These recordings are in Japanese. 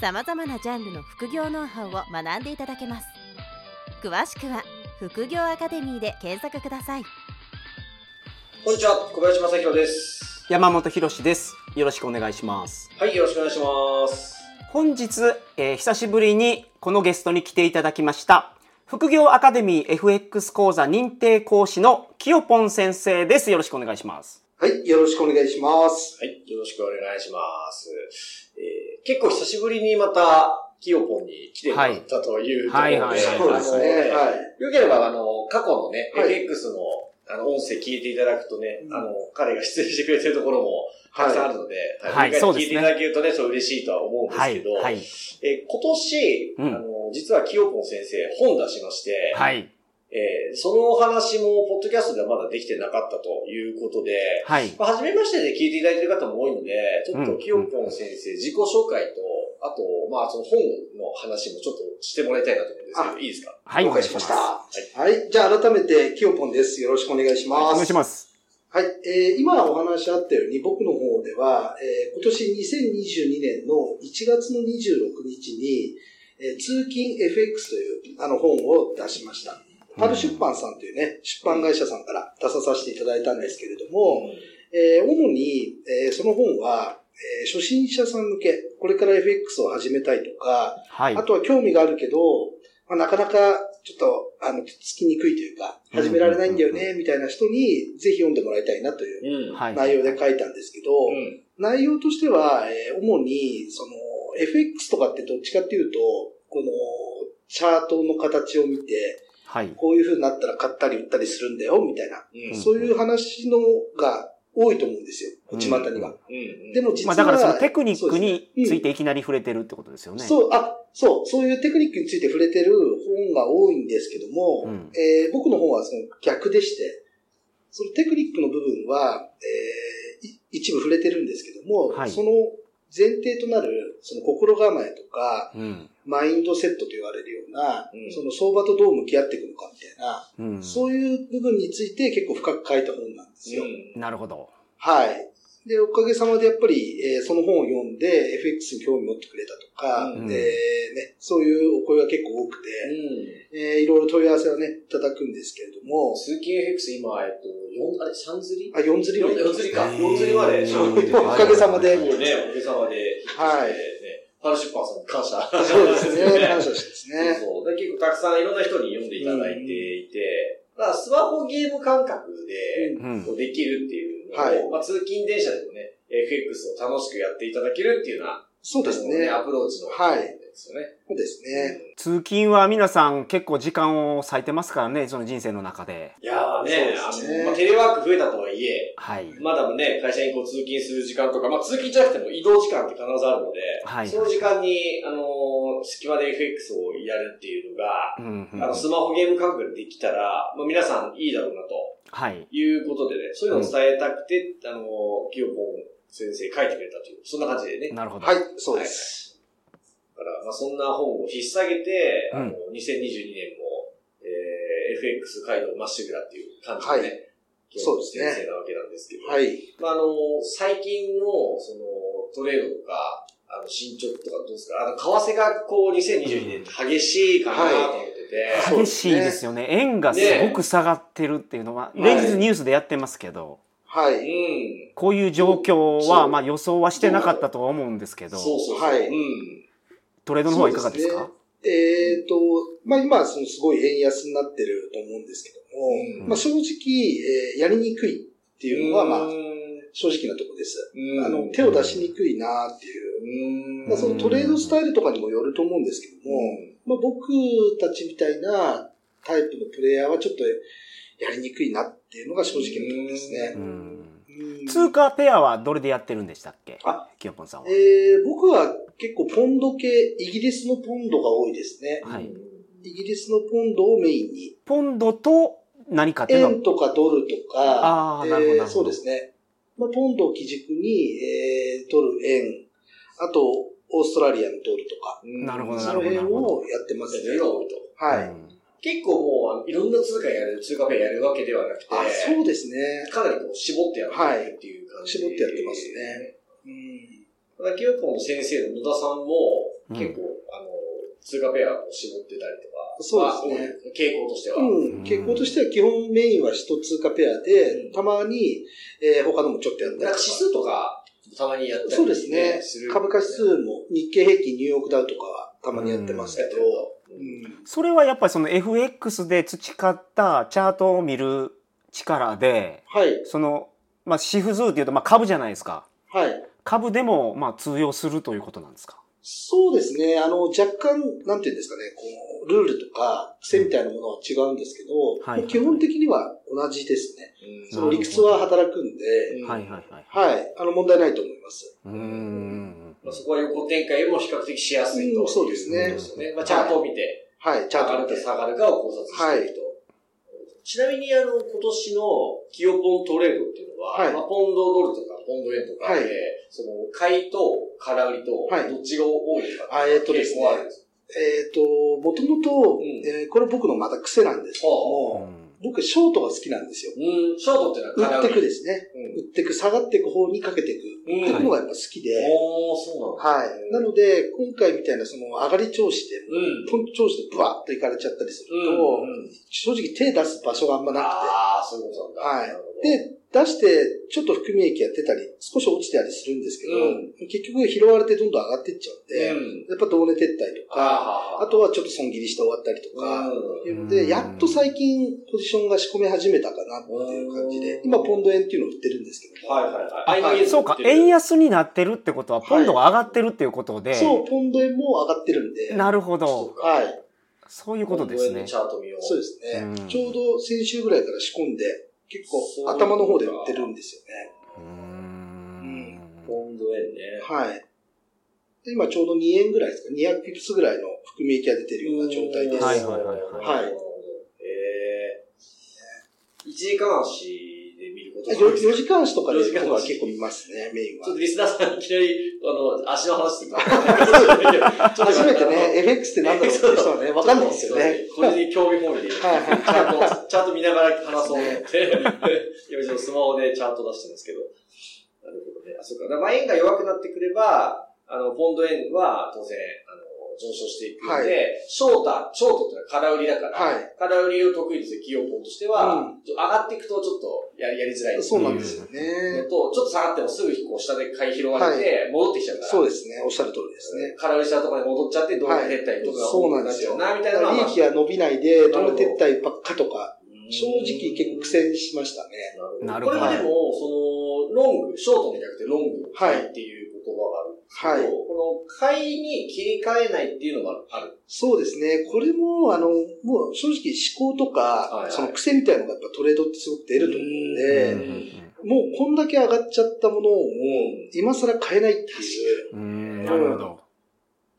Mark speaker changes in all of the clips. Speaker 1: さまざまなジャンルの副業ノウハウを学んでいただけます詳しくは「副業アカデミー」で検索ください
Speaker 2: こんにちは、小林正宏です。
Speaker 3: 山本博史です。よろしくお願いします。
Speaker 2: はい、よろしくお願いします。
Speaker 3: 本日、えー久しぶりにこのゲストに来ていただきました。副業アカデミー FX 講座認定講師のきよぽん先生です。よろしくお願いします。
Speaker 4: はい、よろしくお願いします。
Speaker 2: はい、よろしくお願いします。えー、結構久しぶりにまた、キヨポンに来てもらったというところ
Speaker 3: は
Speaker 2: で、
Speaker 3: いはいはい
Speaker 4: そうですね。はい。
Speaker 2: よければ、あの、過去のね、
Speaker 4: はい
Speaker 2: FX の、あの、音声聞いていただくとね、
Speaker 4: うん
Speaker 2: あの、彼が出演してくれてるところも、たくさんあるので、
Speaker 3: はい
Speaker 2: はい
Speaker 3: はい
Speaker 2: 振り返
Speaker 3: そう
Speaker 2: って
Speaker 3: で
Speaker 2: 聞い
Speaker 3: す
Speaker 2: て
Speaker 3: ね
Speaker 2: いただけるとね、そう嬉しいとは思うんです
Speaker 3: は
Speaker 2: け
Speaker 3: い。
Speaker 2: ど、
Speaker 3: はい。
Speaker 2: えー今年、
Speaker 3: うん
Speaker 2: あの、実はキヨポン先生、本出しまして、
Speaker 3: はい。
Speaker 2: えーそのお話も、ポッドキャストではまだできてなかったということで、
Speaker 3: はい。
Speaker 2: まあ、初めましてで聞いていただいている方も多いので、ちょっ
Speaker 3: う
Speaker 2: と、
Speaker 3: ん
Speaker 2: きよぽん先生、自己紹介と、あと、まあ、その本の話もちょっとしてもらいたいなと思うんですけど、
Speaker 4: あ
Speaker 2: いいですか
Speaker 3: はい。
Speaker 4: 了解しました。
Speaker 3: お
Speaker 4: はい、じゃあ改めて、キヨポンです。よろしくお願いします。
Speaker 3: 願いします。
Speaker 4: はい、えー今お話あったように、僕の方では、えー今年2022年の1月の26日に、えー通勤 FX というあの本を出しました。パル出版さんというね、出版会社さんから出ささせていただいたんですけれども、えー主に、えーその本は、えー初心者さん向け、これから FX を始めたいとか、
Speaker 3: はい
Speaker 4: あ。とは興味があるけど、まあ、なかなかちょっと、あの、つきにくいというか、始められないんだよ
Speaker 3: うんうん
Speaker 4: ね、みたいな人に、ぜひ読んでもらいたいなという
Speaker 2: うん。い。
Speaker 3: はい。
Speaker 4: 内容で書いたんですけど、
Speaker 2: うん。
Speaker 4: 内容としては、えー主に、その、FX とかってどっちかっていうと、この、チャートの形を見て、
Speaker 3: はい。
Speaker 4: こういう風になったら買ったり売ったりするんだよ、みたいな、
Speaker 2: うん。
Speaker 3: ん
Speaker 4: そういう話のが多いと思うんですよ、内股には。
Speaker 2: うん。
Speaker 4: でも実
Speaker 3: ま
Speaker 4: は、
Speaker 3: あだからそのテクニックに
Speaker 4: そうですねうん
Speaker 3: ついていきなり触れてるってことですよね。う。
Speaker 4: そう、あ、そう、そういうテクニックについて触れてる本が多いんですけども、
Speaker 3: うん
Speaker 4: えー僕の本はその逆でして、そのテクニックの部分は、えーい一部触れてるんですけども、
Speaker 3: はい
Speaker 4: その前提となる、その心構えとか、
Speaker 3: うん。
Speaker 4: マインドセットと言われるような、
Speaker 2: うん
Speaker 4: その相場とどう向き合っていくのかみたいな、
Speaker 3: うん。
Speaker 4: そういう部分について結構深く書いた本なんですよ。
Speaker 2: うん。
Speaker 3: なるほど。
Speaker 4: はい。で、おかげさまでやっぱり、えーその本を読んで、FX に興味持ってくれたとか、
Speaker 2: うん
Speaker 4: えーね、そういうお声が結構多
Speaker 2: う
Speaker 4: くて、
Speaker 2: ん。
Speaker 4: えーいろいろ問い合わせはね、いただくんですけれども、
Speaker 2: 通勤 FX 今、えっと、四あれ、三釣り
Speaker 4: あ、4釣り
Speaker 2: 四
Speaker 4: の
Speaker 2: 四釣りか。
Speaker 3: へー
Speaker 2: 四釣りまで、
Speaker 3: そう
Speaker 4: おかげさまで。
Speaker 2: もうね、おかげさまで。
Speaker 4: はい
Speaker 2: ね。パル出版さんに感謝。
Speaker 4: そう ですね。感謝して
Speaker 2: そう
Speaker 4: ますね。
Speaker 2: そう。で結構たくさんいろんな人に読んでいただいていて、まあ、スマホゲーム感覚で、
Speaker 3: う
Speaker 2: こ
Speaker 3: ん。
Speaker 2: うできるっていうのを、
Speaker 4: はい
Speaker 2: まあ、通勤電車でもね、FX を楽しくやっていただけるっていうような、
Speaker 4: そうです
Speaker 2: あの
Speaker 4: ね。
Speaker 2: アプローチの、
Speaker 4: はい
Speaker 2: ですよね。
Speaker 4: そうですね。
Speaker 3: 通勤は皆さん結構時間を割いてますからね、その人生の中で。
Speaker 2: いやーね、
Speaker 4: そうですね
Speaker 2: あのまあ、テレワーク増えたとはいえ、
Speaker 3: はい。
Speaker 2: まだね、会社にこう通勤する時間とか、まあ通勤じゃなくても移動時間って必ずあるので、
Speaker 3: はい
Speaker 2: その時間に、あのー隙間で FX をやるっていうのが、
Speaker 3: うんうん
Speaker 2: あの、スマホゲーム感覚でできたら、まあ、皆さんいいだろうなと
Speaker 3: はい。
Speaker 2: いうことでね、そういうのを伝えたくて、あの、清子先生書いてくれたという、そんな感じでね。だ
Speaker 3: なるほど。
Speaker 4: はい、そうです。
Speaker 2: から、まあ、そんな本を引っ提げて、
Speaker 3: う
Speaker 2: あ
Speaker 3: ん
Speaker 2: の、2022年も、えー、FX 街道まっしぐらっていう感じでね、清子先生なわけなんですけど、
Speaker 4: はい。
Speaker 2: まあ、あの、最近の、その、トレードとか、あの、進捗とかどうですかあの、為替がこう、2022年って激しいかなと思ってて、
Speaker 3: 激しいですよね。円がすごく下がってるっていうのは、
Speaker 2: ね
Speaker 3: 連日ニュースでやってますけど、
Speaker 4: は
Speaker 2: う
Speaker 4: い。
Speaker 2: ん。
Speaker 3: こういう状
Speaker 2: そ
Speaker 3: 況
Speaker 2: うそ
Speaker 3: は、
Speaker 2: う
Speaker 3: まあ予想はしてなかったとは思うんですけど、
Speaker 2: そうそうそう。
Speaker 4: はい
Speaker 2: うん。
Speaker 3: トレードの方はいかがです
Speaker 4: そう
Speaker 3: か
Speaker 4: えっ、と、まあ、今はそのすごい円安になってると思うんですけども、
Speaker 2: うん
Speaker 4: まあ、正直、えーやりにくいっていうのは、まあ、正直なところです。あの、手を出しにくいなって
Speaker 2: う
Speaker 4: いう。
Speaker 2: ん
Speaker 4: まあ、そのトレードスタイルとかにもよると思うんですけども、
Speaker 2: う
Speaker 4: まあ、僕たちみたいなタイプのプレイヤーはちょっとやりにくいなっていうのが正直なところですね。
Speaker 3: うん。
Speaker 4: うん
Speaker 3: 通貨ペアはどれでやってるんでしたっけ
Speaker 4: あ
Speaker 3: キヨポンさんは。
Speaker 4: えー僕は結構ポンド系、イギリスのポンドが多いですね。
Speaker 3: はい
Speaker 2: うん
Speaker 4: イギリスのポンドをメインに。
Speaker 3: ポンドと何かっていうのは
Speaker 4: 円とかドルとか、
Speaker 3: あーなるほどなるほど
Speaker 4: そうですね。まあ、ポンドを基軸に、えードル、円、あと、オーストラリアのドルとか、
Speaker 3: なるほど
Speaker 4: そ
Speaker 3: な
Speaker 4: の
Speaker 3: るほど
Speaker 4: 辺をやってますね。
Speaker 2: が多いと。
Speaker 4: はい。
Speaker 3: う
Speaker 4: あ、
Speaker 3: ん
Speaker 2: 結構もうあの、いろんな通貨やる、通貨ペアやるわけではなくて、
Speaker 4: そうですね。
Speaker 2: かなりこう絞ってやってるっていう感じで、
Speaker 4: 絞ってやってますね。うん
Speaker 2: だけど、この先生の野田さんも、結構、あの、通貨ペアを絞ってたりとか、
Speaker 4: そうです
Speaker 2: まあ
Speaker 4: ね
Speaker 2: 傾向としては。
Speaker 4: うん、傾向としては基本メインは一通貨ペアで
Speaker 2: う、ん
Speaker 4: たまに、えー他のもちょっとやっ
Speaker 2: な
Speaker 4: た
Speaker 2: ん
Speaker 4: り
Speaker 2: か指数とか、たまにやったり、ね、
Speaker 4: そうですね
Speaker 2: する。
Speaker 4: 株価指数
Speaker 2: や
Speaker 4: も日経平均、ニューヨークダウとかはたまにやってますけ
Speaker 2: ってる
Speaker 4: ど、
Speaker 2: と。
Speaker 4: うん
Speaker 3: それはやっぱりその FX で培ったチャートを見る力で、
Speaker 4: はい、
Speaker 3: その、まあ、シフズーっていうと、まあ、株じゃないですか。
Speaker 4: はい。
Speaker 3: 株でも、まあ、通用するということなんですか。
Speaker 4: そうですね。あの、若干、なんていうんですかね、こう、ルールとか、癖みたいなものは違うんですけど、
Speaker 3: はい
Speaker 4: 基本的には同じですね。
Speaker 2: うん
Speaker 4: その理屈は働くん
Speaker 2: う
Speaker 4: で、
Speaker 2: ん
Speaker 3: はいはいはい。
Speaker 4: はい、あの、問題ないと思います。
Speaker 3: うーん。
Speaker 2: まあ、そこは横展開も比較的しやすいと、
Speaker 4: うんそうです
Speaker 3: ね
Speaker 2: ことよまあ、チャートを見て、
Speaker 4: はい、チャ
Speaker 2: 上
Speaker 4: ー
Speaker 2: が
Speaker 4: ト
Speaker 2: る
Speaker 4: で
Speaker 2: か
Speaker 4: す。
Speaker 2: 下がるかを考察していくと。ちなみに、あの、今年のキヨポントレードっていうのは、
Speaker 4: はい
Speaker 2: まあ、ポンドドルとかポンド円とかで、
Speaker 4: はい
Speaker 2: その、買いと空売りと、
Speaker 4: はい
Speaker 2: どっちが多いとか、
Speaker 4: あえーっとですね
Speaker 2: 傾向あるんです
Speaker 4: えっ、と、もともと
Speaker 2: うん、
Speaker 4: えーこれ僕のまた癖なんですけど
Speaker 3: う
Speaker 4: も、
Speaker 3: ん
Speaker 4: 僕、ショートが好きなんですよ。
Speaker 2: うん、ショートっていうのは空
Speaker 4: 売っ
Speaker 2: 売
Speaker 4: て
Speaker 2: り。
Speaker 4: くですね。売ってく、下がっていく方にかけていく。
Speaker 2: うん。
Speaker 4: 売って
Speaker 2: う
Speaker 4: く
Speaker 2: ん。
Speaker 4: のがやっぱ好きで、
Speaker 2: おー、そうなんだ。
Speaker 4: はい。なので、今回みたいなその上がり調子で、
Speaker 2: うん。
Speaker 4: ポンと調子でブワッといかれちゃったりすると、
Speaker 2: うん。うん、
Speaker 4: 正直手出す場所があんまなく
Speaker 2: ああ、そういうことなんだ。
Speaker 4: はい
Speaker 2: なるほど
Speaker 4: て、で、出してちょっと含み益やってたり、少し落ちてたりするんですけど、結局拾われてどんどん上がっていっちゃうんで、
Speaker 2: うん。
Speaker 4: やっぱ胴寝てったりとか、
Speaker 2: あ
Speaker 4: あとはちょっと損切りして終わったりとか、
Speaker 2: う
Speaker 4: い
Speaker 2: ん
Speaker 4: うので、やっと最近ポジションが仕込み始めたかなっていう感じで
Speaker 2: う、ん
Speaker 4: 今ポンド円っていうのを売ってるんですけども、
Speaker 2: はいはいはい。
Speaker 3: そうか、円安になってるってことは、ポンドが上がってるっていうことで、
Speaker 4: そう、ポンド円も上がってるんで、
Speaker 3: なるほ
Speaker 2: そ
Speaker 3: ど
Speaker 2: う。か
Speaker 4: はい。
Speaker 3: そういうことです
Speaker 2: 今後へ
Speaker 3: ね
Speaker 2: のチ。ャート見よう。
Speaker 4: そうですね、
Speaker 3: うん
Speaker 4: ちょうど先週ぐらいから仕込んで、結
Speaker 2: そう
Speaker 4: 構
Speaker 2: か
Speaker 4: 頭の方で売ってるんですよね。
Speaker 3: うーん
Speaker 2: ポンド円ね。
Speaker 4: はい。で今ちょうど2円ぐらいですか ?200 ピプスぐらいの含み益が出てるような状態です。
Speaker 3: は
Speaker 4: はいい。
Speaker 3: はいはい
Speaker 4: はい
Speaker 2: えー、一時間足で見ることが多いですね
Speaker 4: 4時間足とかで
Speaker 2: 四時間足
Speaker 4: 僕は結構見ますね、メイン
Speaker 2: ちょっと
Speaker 4: は。
Speaker 2: リスナーさんいきなり、あの、足の話とか。ちょっと
Speaker 4: 初めて ね、FX ってなんだろうって人はね、わかんないですよね。。
Speaker 2: これに興味本位で、ち
Speaker 4: はい
Speaker 2: ゃんと、ちゃんと見ながら話そうと思って、今ちょっとスマホでチャート出してるんですけど。なるほどね。あ、そうか。だからまあ、円が弱くなってくれば、あの、ポンド円は当然、あの、上昇していくので、
Speaker 4: は
Speaker 2: ショータ、ショートってのは空売りだから、
Speaker 4: はい
Speaker 2: 空売りを得意とする企業ポンとしては、
Speaker 4: うん
Speaker 2: 上がっていくとちょっとやりやりづらいっていう
Speaker 4: そうなんですよ
Speaker 2: の
Speaker 4: ね。
Speaker 2: と、ちょっと下がってもすぐこう下で買い拾われて、戻ってきちゃうから、
Speaker 4: そうですね。おっしゃる通りですね。
Speaker 2: 空売りしたところに戻っちゃって、どうやって撤退とかが
Speaker 4: そうな
Speaker 2: 多く
Speaker 4: んで
Speaker 2: なっ
Speaker 4: す
Speaker 2: ちゃ
Speaker 4: よ。
Speaker 2: う
Speaker 4: だ
Speaker 2: な、みたいな
Speaker 4: か
Speaker 2: の
Speaker 4: ら
Speaker 2: は、
Speaker 4: 利
Speaker 2: まあ
Speaker 4: 益が伸びないで、
Speaker 2: なるほ
Speaker 4: 取
Speaker 2: ど
Speaker 4: れてったりばっかとか、正直結構苦戦しましたね。
Speaker 2: な
Speaker 3: な
Speaker 2: るほど。こ
Speaker 3: るほど
Speaker 2: れはでも、その、ロング、ショートの略でロング
Speaker 4: はい
Speaker 2: っていう言葉があるんですけど、
Speaker 4: はい。
Speaker 2: この、買いに切り替えないっていうのがある。
Speaker 4: そうですね。これも、あの、もう正直思考とか、
Speaker 2: いはい
Speaker 4: その癖みたいなのがやっぱトレードってすごく出ると思うんで、
Speaker 2: うん
Speaker 4: もうこんだけ上がっちゃったものを、今更買えないっていう。
Speaker 3: うんうんなるほど。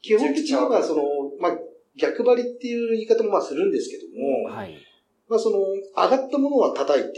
Speaker 4: 基本的には、その、まあ、逆張りっていう言い方もまあするんですけども、
Speaker 3: はい。
Speaker 4: まあその、上がったものは叩いて、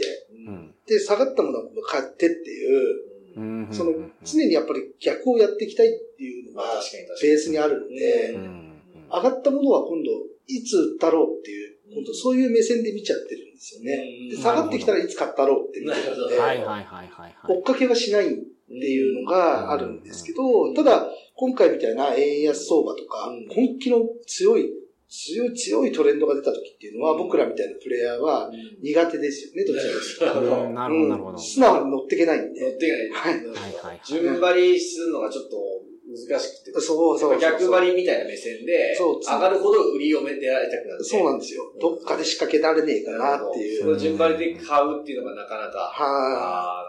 Speaker 2: う。
Speaker 3: うんん
Speaker 4: で、下がったものは買ってっていう、
Speaker 2: うん
Speaker 3: うん
Speaker 4: その、常にやっぱり逆をやっていきたいっていうの
Speaker 2: まあ
Speaker 4: が、
Speaker 2: 確かに確かに。
Speaker 4: ベースにあるので、
Speaker 2: う
Speaker 3: うんん
Speaker 4: 上がったものは今度、いつ売ったろうっていう、今度そういう目線で見ちゃってるんですよね。で
Speaker 2: うん
Speaker 4: 下がってきたらいつ買ったろうって見て
Speaker 2: なるほ
Speaker 4: るん
Speaker 2: ど
Speaker 4: で、
Speaker 3: はいはいはいはいは
Speaker 4: 追っ
Speaker 3: い。
Speaker 4: かけはしないっていうのがあるんですけど、ただ、今回みたいな円安相場とか
Speaker 2: うん、
Speaker 4: 本気の強い、強い強いトレンドが出た時っていうのは、僕らみたいなプレイヤーは
Speaker 2: うん
Speaker 4: 苦手ですよね、どちらかというと。
Speaker 2: なるほ
Speaker 3: う
Speaker 2: ど
Speaker 3: ん。なるほどなるほ
Speaker 4: う
Speaker 3: ど
Speaker 4: ん。素直に乗ってけないん
Speaker 2: 乗っ
Speaker 4: で。
Speaker 2: ていかない。
Speaker 3: はいはいはい
Speaker 2: 順張りするのがちょっと難しくて。
Speaker 4: そうそうそう。
Speaker 2: 逆張りみたいな目線で、
Speaker 4: そう
Speaker 2: 上がるほど売りを狙いたくなって。
Speaker 4: そうなんですよ。どっかで仕掛けられねえかなってい
Speaker 2: その
Speaker 4: う。
Speaker 2: 順張りで買うっていうのがなかなか、
Speaker 4: は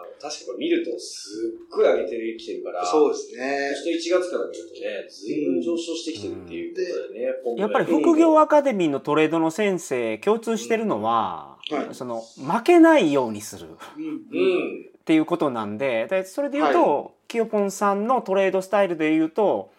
Speaker 2: あー確かにこれ見るとすっごい上げてる、きてるから、
Speaker 4: い。そうですね
Speaker 2: そ。して1月から見るとね、ずいぶん上昇してきてるっていうことだよね、ポンド
Speaker 3: やっぱり副業アカデミーのトレードの先生共通してるのは、
Speaker 4: はい
Speaker 3: その負けないようにする。
Speaker 4: うん
Speaker 2: うん。
Speaker 3: っていうことなんででそれで言うと、キヨポンさんのトレードスタイルで言うと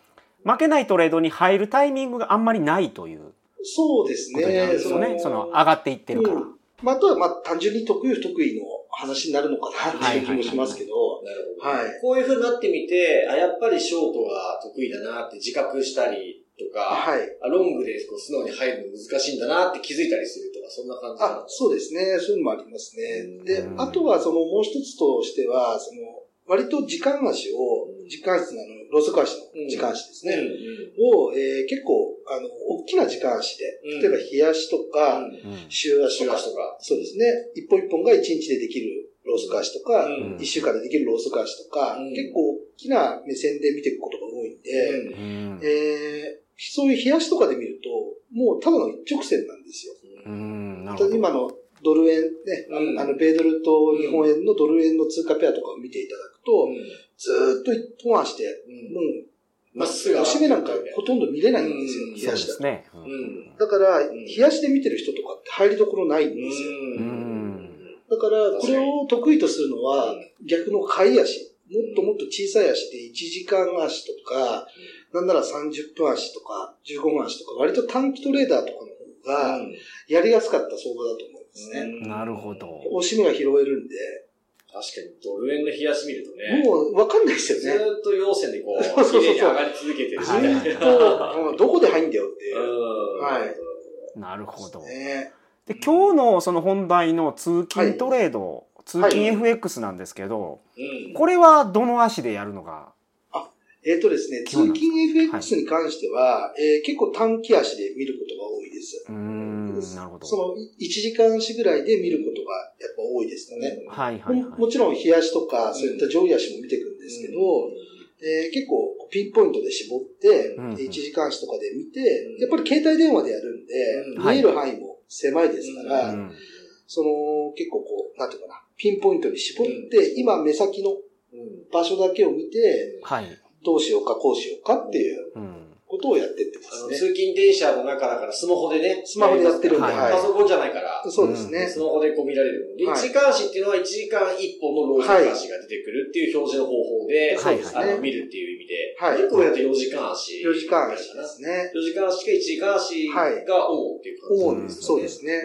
Speaker 3: 負けないトレードに入るタイミングがあんまりないという
Speaker 4: そうです
Speaker 3: ことになるん
Speaker 4: ね。
Speaker 3: ですよね、その上がっていってるから。
Speaker 4: うんまあ、あとは、まあ、単純に得意不得意の話になるのかなっていう気もしますけど、
Speaker 2: なるほど。
Speaker 4: はい。
Speaker 2: こういう風になってみて、あ、やっぱりショートが得意だなって自覚したりとか、
Speaker 4: はい。
Speaker 2: あロングでこう素直に入るの難しいんだなって気づいたりするとか、そんな感じな
Speaker 4: あ
Speaker 2: の、
Speaker 4: そうですね。そういうのもあります
Speaker 2: うん
Speaker 4: ね。で、あとは、その、もう一つとしては、その、割と時間足を
Speaker 2: うん、
Speaker 4: 時間足の、あの、ローソク足の時間足ですね。
Speaker 2: うん
Speaker 4: を、えー結構、あの、大きな時間足で
Speaker 2: うん、
Speaker 4: 例えば、日足とか、
Speaker 2: うん。
Speaker 3: うん
Speaker 4: 週足
Speaker 2: 週
Speaker 4: とか、
Speaker 2: 足とか。
Speaker 4: そうですね。一本一本が一日でできるローソク足とか、
Speaker 2: うん
Speaker 3: うん
Speaker 4: 一週間でできるローソク足とか、
Speaker 2: うん
Speaker 4: 結構大きな目線で見ていくことが多いんで、
Speaker 2: うん
Speaker 3: うん
Speaker 4: えーそういう冷やしとかで見ると、もうただの一直線なんですよ。
Speaker 3: うんなるほ
Speaker 4: ただ
Speaker 3: ど
Speaker 4: 今のドル円ね、
Speaker 2: うん
Speaker 4: あの、米ドルと日本円のドル円の通貨ペアとかを見ていただくと、
Speaker 2: うん
Speaker 4: ずーっと一本足で、もう、
Speaker 2: まっすぐ上が
Speaker 4: 押
Speaker 2: って
Speaker 4: し目なんかほとんど見れないんです
Speaker 2: うん
Speaker 4: よ、冷
Speaker 3: そう
Speaker 4: や
Speaker 3: で
Speaker 4: しだ
Speaker 3: すね。うん
Speaker 2: ん
Speaker 4: だから、
Speaker 2: ん
Speaker 4: 冷やしで見てる人とかって入りどころないんですよ。
Speaker 3: うん
Speaker 4: だから、これを得意とするのは
Speaker 2: う、
Speaker 4: 逆の買い足。もっともっと小さい足で1時間足とか、なんなら30分足とか、15分足とか、割と短期トレーダーとかの方が、やりやすかった相場だと思うんですね。
Speaker 3: なるほど。
Speaker 4: 押し目が拾えるんで、
Speaker 2: 確かに、ドル円の冷やし見るとね、
Speaker 4: もうわかんないです
Speaker 2: ず
Speaker 4: よね。
Speaker 2: ーっと陽線でこう、
Speaker 4: そうそうそう
Speaker 2: 綺麗に上がり続けてるみ
Speaker 4: ず
Speaker 2: たいな。
Speaker 4: ーっと、もうどこで入んだよっていう。は
Speaker 2: はい
Speaker 3: なるほど。
Speaker 4: ね
Speaker 3: で今日のその本題の通勤トレード、通
Speaker 4: はい
Speaker 3: 勤 FX なんですけど、
Speaker 2: うん。
Speaker 3: これはどの足でやるのが、
Speaker 4: えっ、とですね、
Speaker 3: そうなん
Speaker 4: 通
Speaker 3: です
Speaker 4: 勤 FX に関しては、えー結構短期足で見ることが多いです。
Speaker 3: うーん、なるほど。
Speaker 4: その1時間足ぐらいで見ることがやっぱ多いですよね。
Speaker 3: はいはいはい。
Speaker 4: もちろん、冷やしとか、そういった上位足も見ていくんですけど、えー結構ピンポイントで絞って、
Speaker 3: うんうん
Speaker 4: 1時間足とかで見て、
Speaker 2: うん
Speaker 4: やっぱり携帯電話でやるんで、
Speaker 2: うん
Speaker 4: 見える範囲も狭いですから、
Speaker 3: うん
Speaker 4: その結構こう、なんていうかな、ピンポイントに絞って、
Speaker 2: うん
Speaker 4: 今目先の
Speaker 2: うん
Speaker 4: 場所だけを見て、
Speaker 3: はい。
Speaker 4: どうしようか、こうしようかっていう
Speaker 3: うん。
Speaker 4: ことをやってってま
Speaker 2: あの、
Speaker 4: すね。
Speaker 2: 通勤電車の中だからスマホでね。
Speaker 4: スマホでやってるんで、
Speaker 3: は
Speaker 4: はいい。
Speaker 2: パソコンじゃないから。
Speaker 4: そうですね。
Speaker 2: スマホでこう見られるので、
Speaker 4: はい
Speaker 2: 一時間足っていうのは一時間一本のロージン足が出てくるっていう表示の方法で、
Speaker 3: はいはい
Speaker 2: あの見るっていう意味で、
Speaker 4: はい
Speaker 2: 結構やると4時間足。
Speaker 4: 4時間足ですね。
Speaker 2: 4時間足か1時間足が主っていう感じ
Speaker 4: 主
Speaker 3: い
Speaker 4: に、
Speaker 3: ん
Speaker 4: そうですね。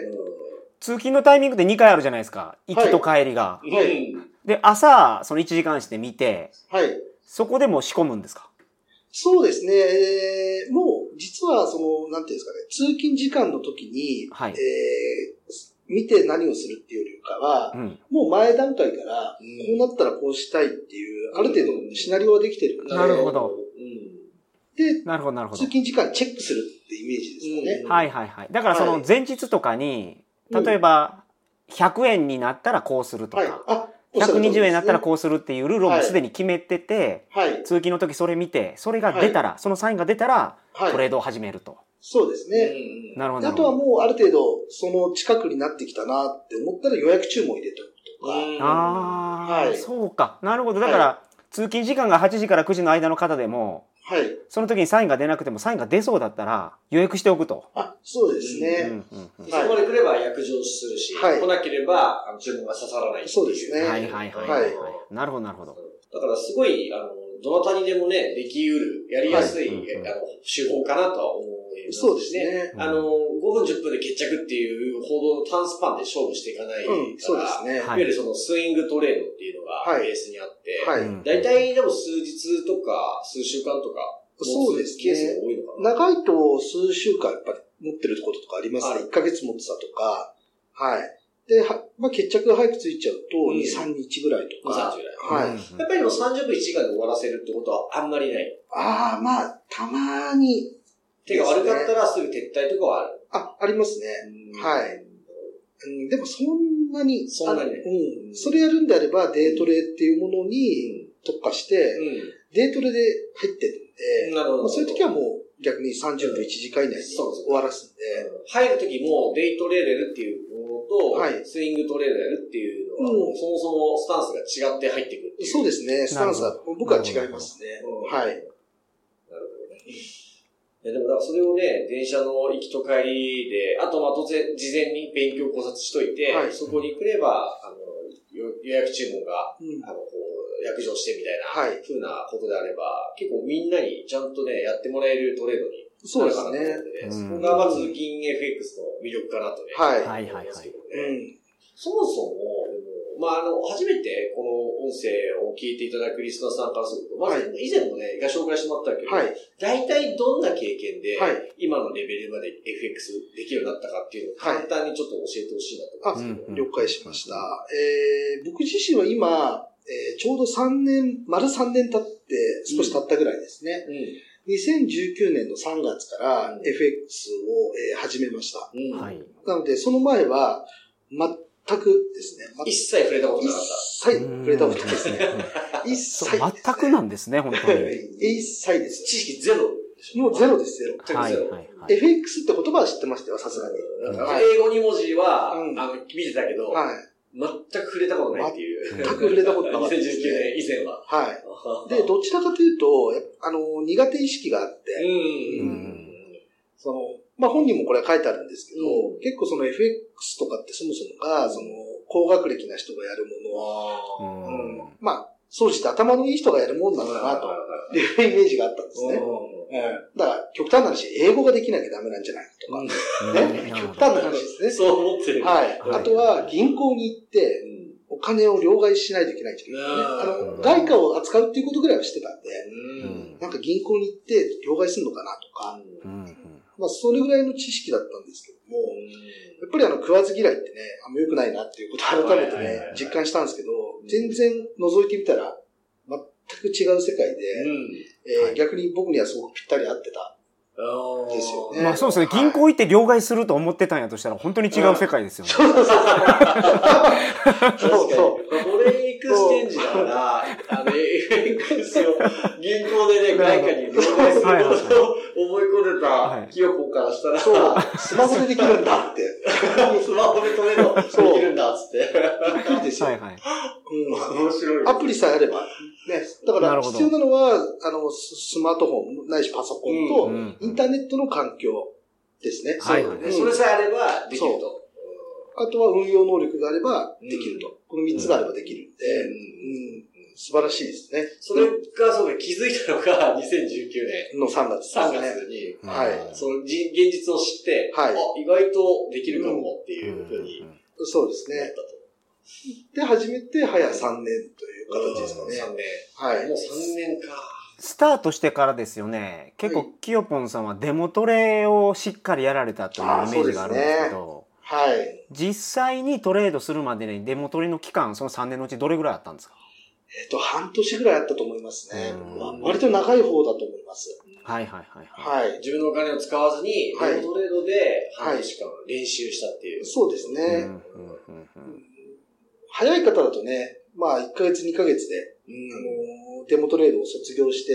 Speaker 3: 通勤のタイミングで2回あるじゃないですか。行きと帰りが。
Speaker 2: うん。
Speaker 4: はい
Speaker 3: で、朝、その1時間して見て、
Speaker 4: はい。
Speaker 3: そこでもう仕込むんですか
Speaker 4: そうですね。えーもう、実は、その、なんていうんですかね、通勤時間の時に、
Speaker 3: はい
Speaker 4: えー見て何をするっていうよりかは
Speaker 3: う、ん。
Speaker 4: もう前段階から、
Speaker 2: う
Speaker 4: こ
Speaker 2: ん
Speaker 4: うなったらこうしたいっていう、ある程度シナリオはできてるので、
Speaker 3: なるほど。
Speaker 4: で、
Speaker 3: なるほど、なるほ
Speaker 4: 通
Speaker 3: ど。
Speaker 4: 勤時間チェックするってイメージですよね。
Speaker 2: うん
Speaker 3: はいはいはい。だからそ
Speaker 4: は
Speaker 3: の
Speaker 4: い
Speaker 3: 前日とかに、
Speaker 4: うん
Speaker 3: 例えば、100円になったらこうすると
Speaker 4: はい。
Speaker 3: か、
Speaker 4: あ、
Speaker 3: 120円になったら
Speaker 4: こ
Speaker 3: こうするっていうルールをもうすでに決めてて、
Speaker 4: う。はい。
Speaker 3: 通勤の時それ見て、それが出たら、そのサインが出たら、トレ
Speaker 4: は
Speaker 3: ー
Speaker 4: い。
Speaker 3: ドを始めると。
Speaker 4: そうですね。
Speaker 2: うん
Speaker 3: なるほど。な
Speaker 4: であ
Speaker 3: る
Speaker 4: と
Speaker 3: ほ
Speaker 4: は
Speaker 3: ど
Speaker 4: もうある程度、その近くになってきたなって思ったら予約注文入れとくとか、
Speaker 2: うん
Speaker 3: ああ、
Speaker 4: はい
Speaker 3: そうか。なるほど。だから、通勤時間が8時から9時の間の方でも、
Speaker 4: はい。
Speaker 3: その時にサインが出なくてもサインが出そうだったら予約しておくと。
Speaker 4: あ、そうです
Speaker 3: う
Speaker 4: ね。
Speaker 3: んうんうん
Speaker 2: そこまで来れば約定するし、
Speaker 4: はい
Speaker 2: 来なければあの注文が刺さらないってい
Speaker 4: そうですね
Speaker 3: はいはいはいはい。はいなるほどなるほど。
Speaker 2: だからすごい、あの、どなたにでもね、できうる、やりやすい、
Speaker 3: はいうんうん
Speaker 2: あの、手法かなとは思いますね。
Speaker 4: そうです。ね。
Speaker 2: あの、5分10分で決着っていうほどの短スパンで勝負していかないから、
Speaker 4: うん、そうですね。
Speaker 3: はい
Speaker 2: わゆるそのスイングトレードっていうのが
Speaker 4: はい
Speaker 2: ベースにあって、
Speaker 4: はい。
Speaker 3: うん
Speaker 2: 大体でも数日とか数週間とか、
Speaker 4: そうですね
Speaker 2: ケースが多いのかな。
Speaker 4: 長いと数週間やっぱり持ってることとかあります
Speaker 2: はい
Speaker 4: ね。1ヶ月持ってたとか、はい。で、はまあ、決着が早くついちゃう
Speaker 2: うん
Speaker 4: と、2、3日ぐらいと
Speaker 2: 2
Speaker 4: か。
Speaker 2: 3日ぐ
Speaker 4: はい。
Speaker 3: うん
Speaker 2: やっぱりでも30分1時間で終わらせるってことはあんまりない。
Speaker 4: ああ、まあ、たまに、
Speaker 2: 手が悪かっ
Speaker 4: です
Speaker 2: たらすぐ撤退とかはある。
Speaker 4: あ、ありますね。はい。うん、でもそんなに、
Speaker 2: そんなにね
Speaker 4: あのうん。それやるんであれば、デートレっていうものに特化して、デートレで入ってる
Speaker 2: う
Speaker 4: ん
Speaker 2: ん。
Speaker 4: で、
Speaker 2: なるほ
Speaker 4: ま
Speaker 2: ど。
Speaker 4: あ、そういう時はもう逆に30分1時間以内に終わらすんで、
Speaker 2: 入るときもデイトレードやるっていうものと、
Speaker 4: はい
Speaker 2: スイングトレードやるっていうのは、
Speaker 4: うん
Speaker 2: そもそもスタンスが違って入ってくるっていう。
Speaker 4: そうですね、スタンス
Speaker 3: な
Speaker 4: は僕は違いますね
Speaker 2: うん。
Speaker 4: はい。
Speaker 2: なるほどね。いやでもだからそれをね、電車の行きと帰りで、あとまあ当然事前に勉強考察しといて、
Speaker 4: はい
Speaker 2: そこに来れば、あの、予予約注文が、
Speaker 4: うん
Speaker 2: あの、こう、約定してみたいな、
Speaker 4: はい
Speaker 2: ふうなことであれば、結構みんなにちゃんとね、やってもらえるトレードに
Speaker 4: そうで
Speaker 2: なる
Speaker 4: す
Speaker 2: かな
Speaker 4: ね
Speaker 2: と。
Speaker 3: う
Speaker 2: 思うの
Speaker 3: ん
Speaker 2: で、そこがまず銀 FX の魅力かなとね。
Speaker 4: はい
Speaker 3: はいはい
Speaker 2: 思
Speaker 3: はい
Speaker 2: ますけどね
Speaker 4: うん。
Speaker 2: そもそも、でもまあ、あの、初めてこの音声を聞いていただくリスナーさんからすると、まあ、
Speaker 4: はい
Speaker 2: 以前もね、が紹介してもらったけど、
Speaker 4: はい。
Speaker 2: 大体どんな経験で、
Speaker 4: はい
Speaker 2: 今のレベルまで FX できるようになったかっていうのを簡単にちょっと教えてほしいなと
Speaker 4: あ
Speaker 2: 思うんですけど。
Speaker 3: うん
Speaker 4: 了解しました。えー僕自身は今、えーちょうど3年、丸3年経って、少し経ったぐらいですね。2019年の3月から
Speaker 2: うん
Speaker 4: FX を、えー始めました。
Speaker 2: うん。うん
Speaker 3: はい。
Speaker 4: なので、その前は、全くですね。
Speaker 2: 一切触れたこと
Speaker 4: 一
Speaker 2: なかっ
Speaker 4: 切触れたことないですね。
Speaker 3: うん
Speaker 4: 一
Speaker 3: そ
Speaker 4: 切。
Speaker 3: う全くなんですね、本当に。はい
Speaker 4: 一切で
Speaker 2: た。
Speaker 4: す。
Speaker 2: 知識ゼロでしょ
Speaker 4: もうゼロです、ゼロ。
Speaker 2: 全く
Speaker 3: はい
Speaker 2: ゼロ。
Speaker 3: はい。
Speaker 4: FX って言葉は知ってましたよ、さすがに。
Speaker 2: なんか
Speaker 4: はい
Speaker 2: 英語2文字は、
Speaker 4: うん
Speaker 2: あの、見てたけど、
Speaker 4: はい。
Speaker 2: 全く触れたことないっていう。
Speaker 3: 全く
Speaker 4: 触れたことなかった
Speaker 2: 2019
Speaker 4: ですね
Speaker 2: 年以前は。
Speaker 4: はい。で、どちらかというと、やっぱあの、苦手意識があって、
Speaker 2: うん。
Speaker 4: その、まあ、本人もこれ書いてあるんですけど、
Speaker 2: う
Speaker 4: 結構その FX とかってそもそもが、その、高学歴な人がやるも
Speaker 3: う
Speaker 2: あ
Speaker 4: のは、
Speaker 3: ん
Speaker 4: うんまあ、そうして頭のいい人がやるもんなんだな、というイメージがあったんですね。うん、だから、極端な話、英語ができなきゃダメなんじゃないとか、
Speaker 3: うん
Speaker 4: ね
Speaker 3: なるほ
Speaker 4: 極
Speaker 3: ど
Speaker 4: 端な話ですね。
Speaker 2: そう思ってる。。
Speaker 4: はいい。
Speaker 3: はい
Speaker 4: あとは、銀行に行って、お金を両替しないといけないんじゃないですかね。あの、外貨を扱うっていうことぐらいはしてたんで、
Speaker 2: うん。うん
Speaker 4: なんか銀行に行って両替するのかなとか、
Speaker 3: うんうん
Speaker 4: まあ、それぐらいの知識だったんですけども、やっぱりあの、食わず嫌いってね、あんま良くないなっていうことを改めて
Speaker 2: はいはいはい
Speaker 4: ね
Speaker 2: は、い
Speaker 4: 実感したんですけど、全然覗いてみたら、全く違う世界
Speaker 2: う
Speaker 4: で、
Speaker 2: ん。
Speaker 4: えー
Speaker 3: はい
Speaker 4: 逆に僕にはすごくぴったり合ってた。
Speaker 2: で
Speaker 4: ですよね
Speaker 3: まあそうですね、銀行行って両替すると思ってたんやとしたら、本当に違う世界ですよね。
Speaker 2: そう
Speaker 4: そうそ
Speaker 2: そう。これ行くステージだから、あの、FX を銀行でね、外貨に両替することを思い込んで
Speaker 3: は
Speaker 2: た
Speaker 3: い
Speaker 2: 清子からしたら、
Speaker 4: そう、スマホでできるんだって。
Speaker 2: スマホでトレードできるんだっつって。
Speaker 4: びっくりですよ。
Speaker 3: はいはい。
Speaker 4: うん
Speaker 2: 面白い。
Speaker 4: アプリさえあれば。ね。だか
Speaker 3: なる
Speaker 4: ら
Speaker 3: ほど
Speaker 4: 必要なのは、あの、ススマートフォンないしパソコン
Speaker 2: う
Speaker 4: と、
Speaker 3: ん
Speaker 4: インターネットの環境ですね。
Speaker 3: はいは
Speaker 2: そう
Speaker 3: い
Speaker 4: う
Speaker 2: ね
Speaker 4: ん
Speaker 2: それさえあればできると。
Speaker 4: あとは運用能力があればできると。この3つがあればできるんで、
Speaker 2: うん
Speaker 4: うん素晴らしいですね。
Speaker 2: それが、そうね、気づいたのが2019年
Speaker 4: の3月
Speaker 2: 3
Speaker 4: ですね。
Speaker 2: 月に、
Speaker 4: はい
Speaker 2: そのじ現実を知って、
Speaker 4: はい
Speaker 2: あ、意外とできるかもっていうふうに
Speaker 4: そうです
Speaker 2: なった
Speaker 4: ね。
Speaker 2: と。
Speaker 4: で、始めて早3年という形ですかね。
Speaker 2: 3年。
Speaker 4: はい。
Speaker 2: もう3年か。
Speaker 3: スタートしてからですよね、結
Speaker 4: は
Speaker 3: 構、きよぽんさんはデモトレをしっかりやられたというイメ
Speaker 4: あー
Speaker 3: ージがあるんですけど、
Speaker 4: はい。
Speaker 3: 実際にトレードするまでにデモトレの期間、その3年のうちどれぐらいあったんですか
Speaker 4: えっと、半年ぐらいあったと思いますね。
Speaker 3: うん
Speaker 4: まあ割と長い方だと思います。
Speaker 3: はいはいはいはい。
Speaker 4: はい。
Speaker 2: 自分のお金を使わずに、
Speaker 4: はい
Speaker 2: デモトレードで
Speaker 4: はい
Speaker 2: 半年間練習したっていう。
Speaker 4: そうですね。
Speaker 3: うんうんうんうん
Speaker 4: 早い方だとね、まあ1ヶ月2ヶ月で、
Speaker 2: う
Speaker 4: あ
Speaker 2: ん。
Speaker 4: のーデモトレードを卒業して、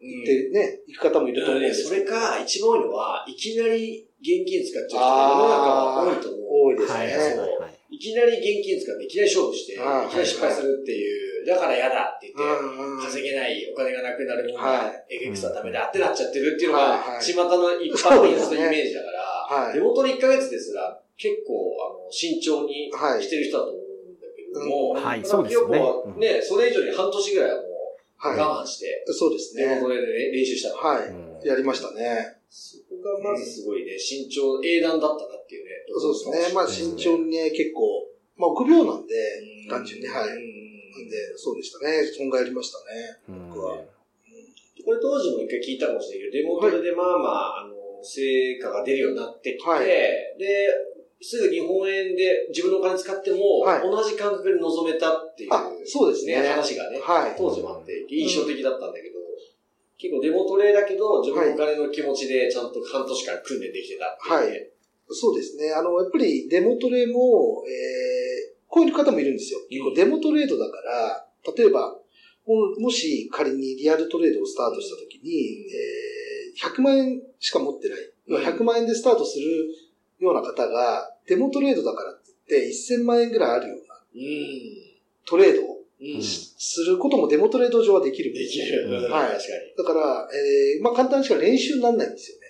Speaker 2: うん
Speaker 4: でね、行く方もいると
Speaker 2: だか
Speaker 4: 思う
Speaker 2: ら
Speaker 4: んで
Speaker 2: ね、
Speaker 4: す
Speaker 2: そ
Speaker 4: けど
Speaker 2: れか、一番多いのは、いきなり現金使っち
Speaker 4: あ
Speaker 2: ゃう
Speaker 4: ー
Speaker 2: 人が世の中は多いと思う。
Speaker 4: 多いですね。
Speaker 3: はいはいはいはい。
Speaker 2: いきなり現金使って、いきなり勝負して、いきな
Speaker 4: あー
Speaker 2: り失敗するっていう、だから嫌だって言って、
Speaker 4: うんうん
Speaker 2: 稼げない、お金がなくなるもん
Speaker 4: は
Speaker 2: だ、FX はダメだってなっちゃってるっていうの
Speaker 4: は
Speaker 2: が、
Speaker 4: いはい
Speaker 2: 巷の一般的
Speaker 4: そうです
Speaker 2: な
Speaker 4: ね
Speaker 2: イメージだか
Speaker 4: は
Speaker 2: ら、
Speaker 4: い
Speaker 2: 手元の1ヶ月ですら、結構、あの、慎重に
Speaker 4: はい
Speaker 2: してる人だと思うんだけども、
Speaker 4: うん
Speaker 3: はい
Speaker 2: ただ
Speaker 3: そうですよね
Speaker 2: 清子はね、それ以上に半年ぐらいはもう
Speaker 4: はい。
Speaker 2: 我慢して、
Speaker 4: そうです
Speaker 2: デモトレ
Speaker 4: ね。
Speaker 2: で練習したの。
Speaker 4: は
Speaker 3: うん
Speaker 4: い。やりましたね。
Speaker 2: そこがまずすごいね、慎重、英断だったなっていうね。
Speaker 4: そうですね。まあ
Speaker 3: そう
Speaker 4: 慎
Speaker 3: ですね
Speaker 4: 重にね、結構、まあ臆病なんで
Speaker 2: うん、
Speaker 4: 単純に、はい。なん
Speaker 2: う
Speaker 4: で
Speaker 2: ん、
Speaker 4: そうでしたね。損害ありましたね。
Speaker 3: うん
Speaker 4: 僕は
Speaker 2: これ当時も一回聞いたかもしれないけど、デモトレでまあまあ、あの、成果が出るようになってきて、
Speaker 4: はい
Speaker 2: で、すぐ日本円で自分のお金使っても、
Speaker 4: はい
Speaker 2: 同じ感覚に臨めたっていう、
Speaker 4: あ、そうですね。
Speaker 2: 話がね、
Speaker 4: はい。
Speaker 2: 当時もあって、印象的だったんだけど、結構デモトレだけど、自分のお金の気持ちでちゃんと半年間訓練できてたっていうね。
Speaker 4: そうですね。あの、やっぱりデモトレも、えー、こういう方もいるんですよ。結
Speaker 2: うん
Speaker 4: 構デモトレードだから、例えば、ももし仮にリアルトレードをスタートしたときに、えー、100万円しか持ってない。
Speaker 2: うん
Speaker 4: 100万円でスタートするような方が、デモトレードだからって言って、1000万円ぐらいあるようなトレードを
Speaker 2: うん。うん。
Speaker 3: し
Speaker 4: することもデモトレード上はできるん
Speaker 2: で
Speaker 4: です
Speaker 2: き
Speaker 4: よ。
Speaker 2: る。
Speaker 3: うん
Speaker 2: うん
Speaker 4: はい
Speaker 2: 確かに。
Speaker 4: だから、えー、まあ簡単にしか練習にならないんですよね。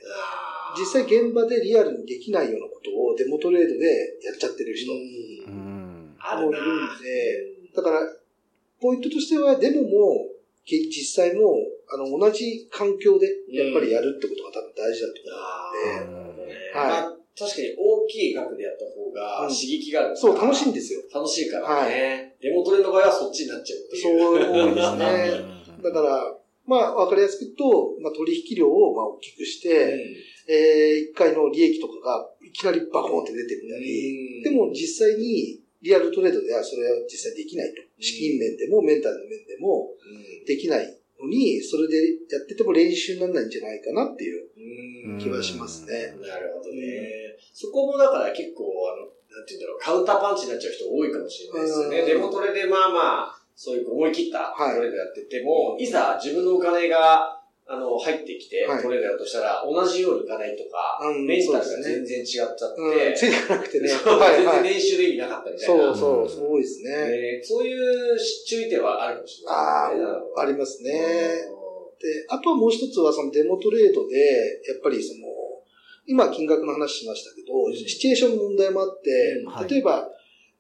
Speaker 4: 実際
Speaker 2: 現
Speaker 4: 現場でリアルにできないようなことをデモトレードでやっちゃってる人
Speaker 2: 実
Speaker 3: うん
Speaker 2: あるな
Speaker 4: もういるんで
Speaker 2: うん
Speaker 4: だから、ポイントとしてはデモも、け実際も、あの、同じ環境で、やっぱりやるってことが多分大事だと思うので、はい
Speaker 2: まあ確かに大きい額でやった方が
Speaker 4: うん
Speaker 2: 刺激がある、
Speaker 4: そう、楽しいん
Speaker 2: で。
Speaker 4: ですよ。
Speaker 2: 楽しいからね。デモトレの場合はそっちになっちゃうって
Speaker 4: そ
Speaker 2: いう。
Speaker 4: う、多いですね。だから、まあ、わかりやすく言うと、まあ、取引量をまあ大きくして、えー、1回の利益とかがいきなりバコーンって出てくるたり、
Speaker 2: うん
Speaker 4: で、も実際にリアルトレードではそれは実際できないと。資金面でもメンタルの面でもできないのに、それでやってても練習にならないんじゃないかなっていう
Speaker 2: うんうん
Speaker 4: 気はしますね。
Speaker 2: なるほどね。そこもだから結構、あの、なんて言うんだろう、カウンターパンチになっちゃう人多いかもしれないですよね。
Speaker 4: うん
Speaker 2: デモトレでまあまあ、そういう思い切った
Speaker 4: はい
Speaker 2: トレードやってても、い、ざ自分のお金が、あの、入ってきて
Speaker 4: はい
Speaker 2: トレードやるとしたら、同じようにいかないとか、
Speaker 4: うん
Speaker 2: メンタルが
Speaker 4: そうです
Speaker 2: 全
Speaker 4: ね
Speaker 2: 然違っちゃって、
Speaker 4: うん、ついていかなくて ね。
Speaker 2: そう
Speaker 4: はい
Speaker 2: 全然
Speaker 4: はい。
Speaker 2: 練習の意味なかったみたいな。
Speaker 4: そうそう、そう多いですね。
Speaker 2: ねそういう注意点はあるかもしれないですね。
Speaker 4: ありますね。
Speaker 2: うん
Speaker 4: で、あとはもう一つはそのデモトレードで、やっぱりその、今金額の話しましたけど、シチュエーションの問題もあって、
Speaker 2: うん
Speaker 3: はい
Speaker 4: 例えば、